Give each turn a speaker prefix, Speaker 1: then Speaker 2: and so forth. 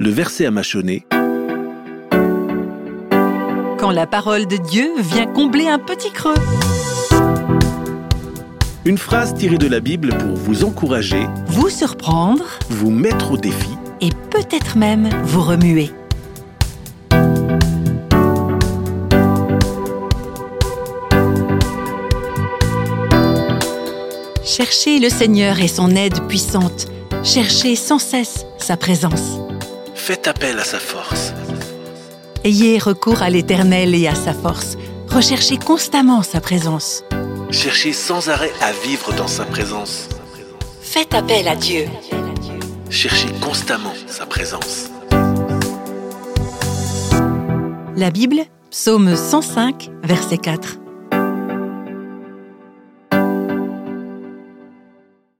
Speaker 1: Le verset à mâchonner,
Speaker 2: Quand la parole de Dieu vient combler un petit creux.
Speaker 1: une phrase tirée de la Bible pour vous encourager,
Speaker 2: Vous surprendre
Speaker 1: vous mettre au défi.
Speaker 2: et peut-être même vous remuer. Cherchez le Seigneur et son aide puissante. Cherchez sans cesse sa présence.
Speaker 1: Faites appel à sa force.
Speaker 2: Ayez recours à l'Éternel et à sa force. Recherchez constamment sa présence.
Speaker 1: Cherchez sans arrêt à vivre dans sa présence.
Speaker 2: Faites appel à Dieu.
Speaker 1: Cherchez constamment sa présence.
Speaker 2: La Bible, psaume 105, verset 4.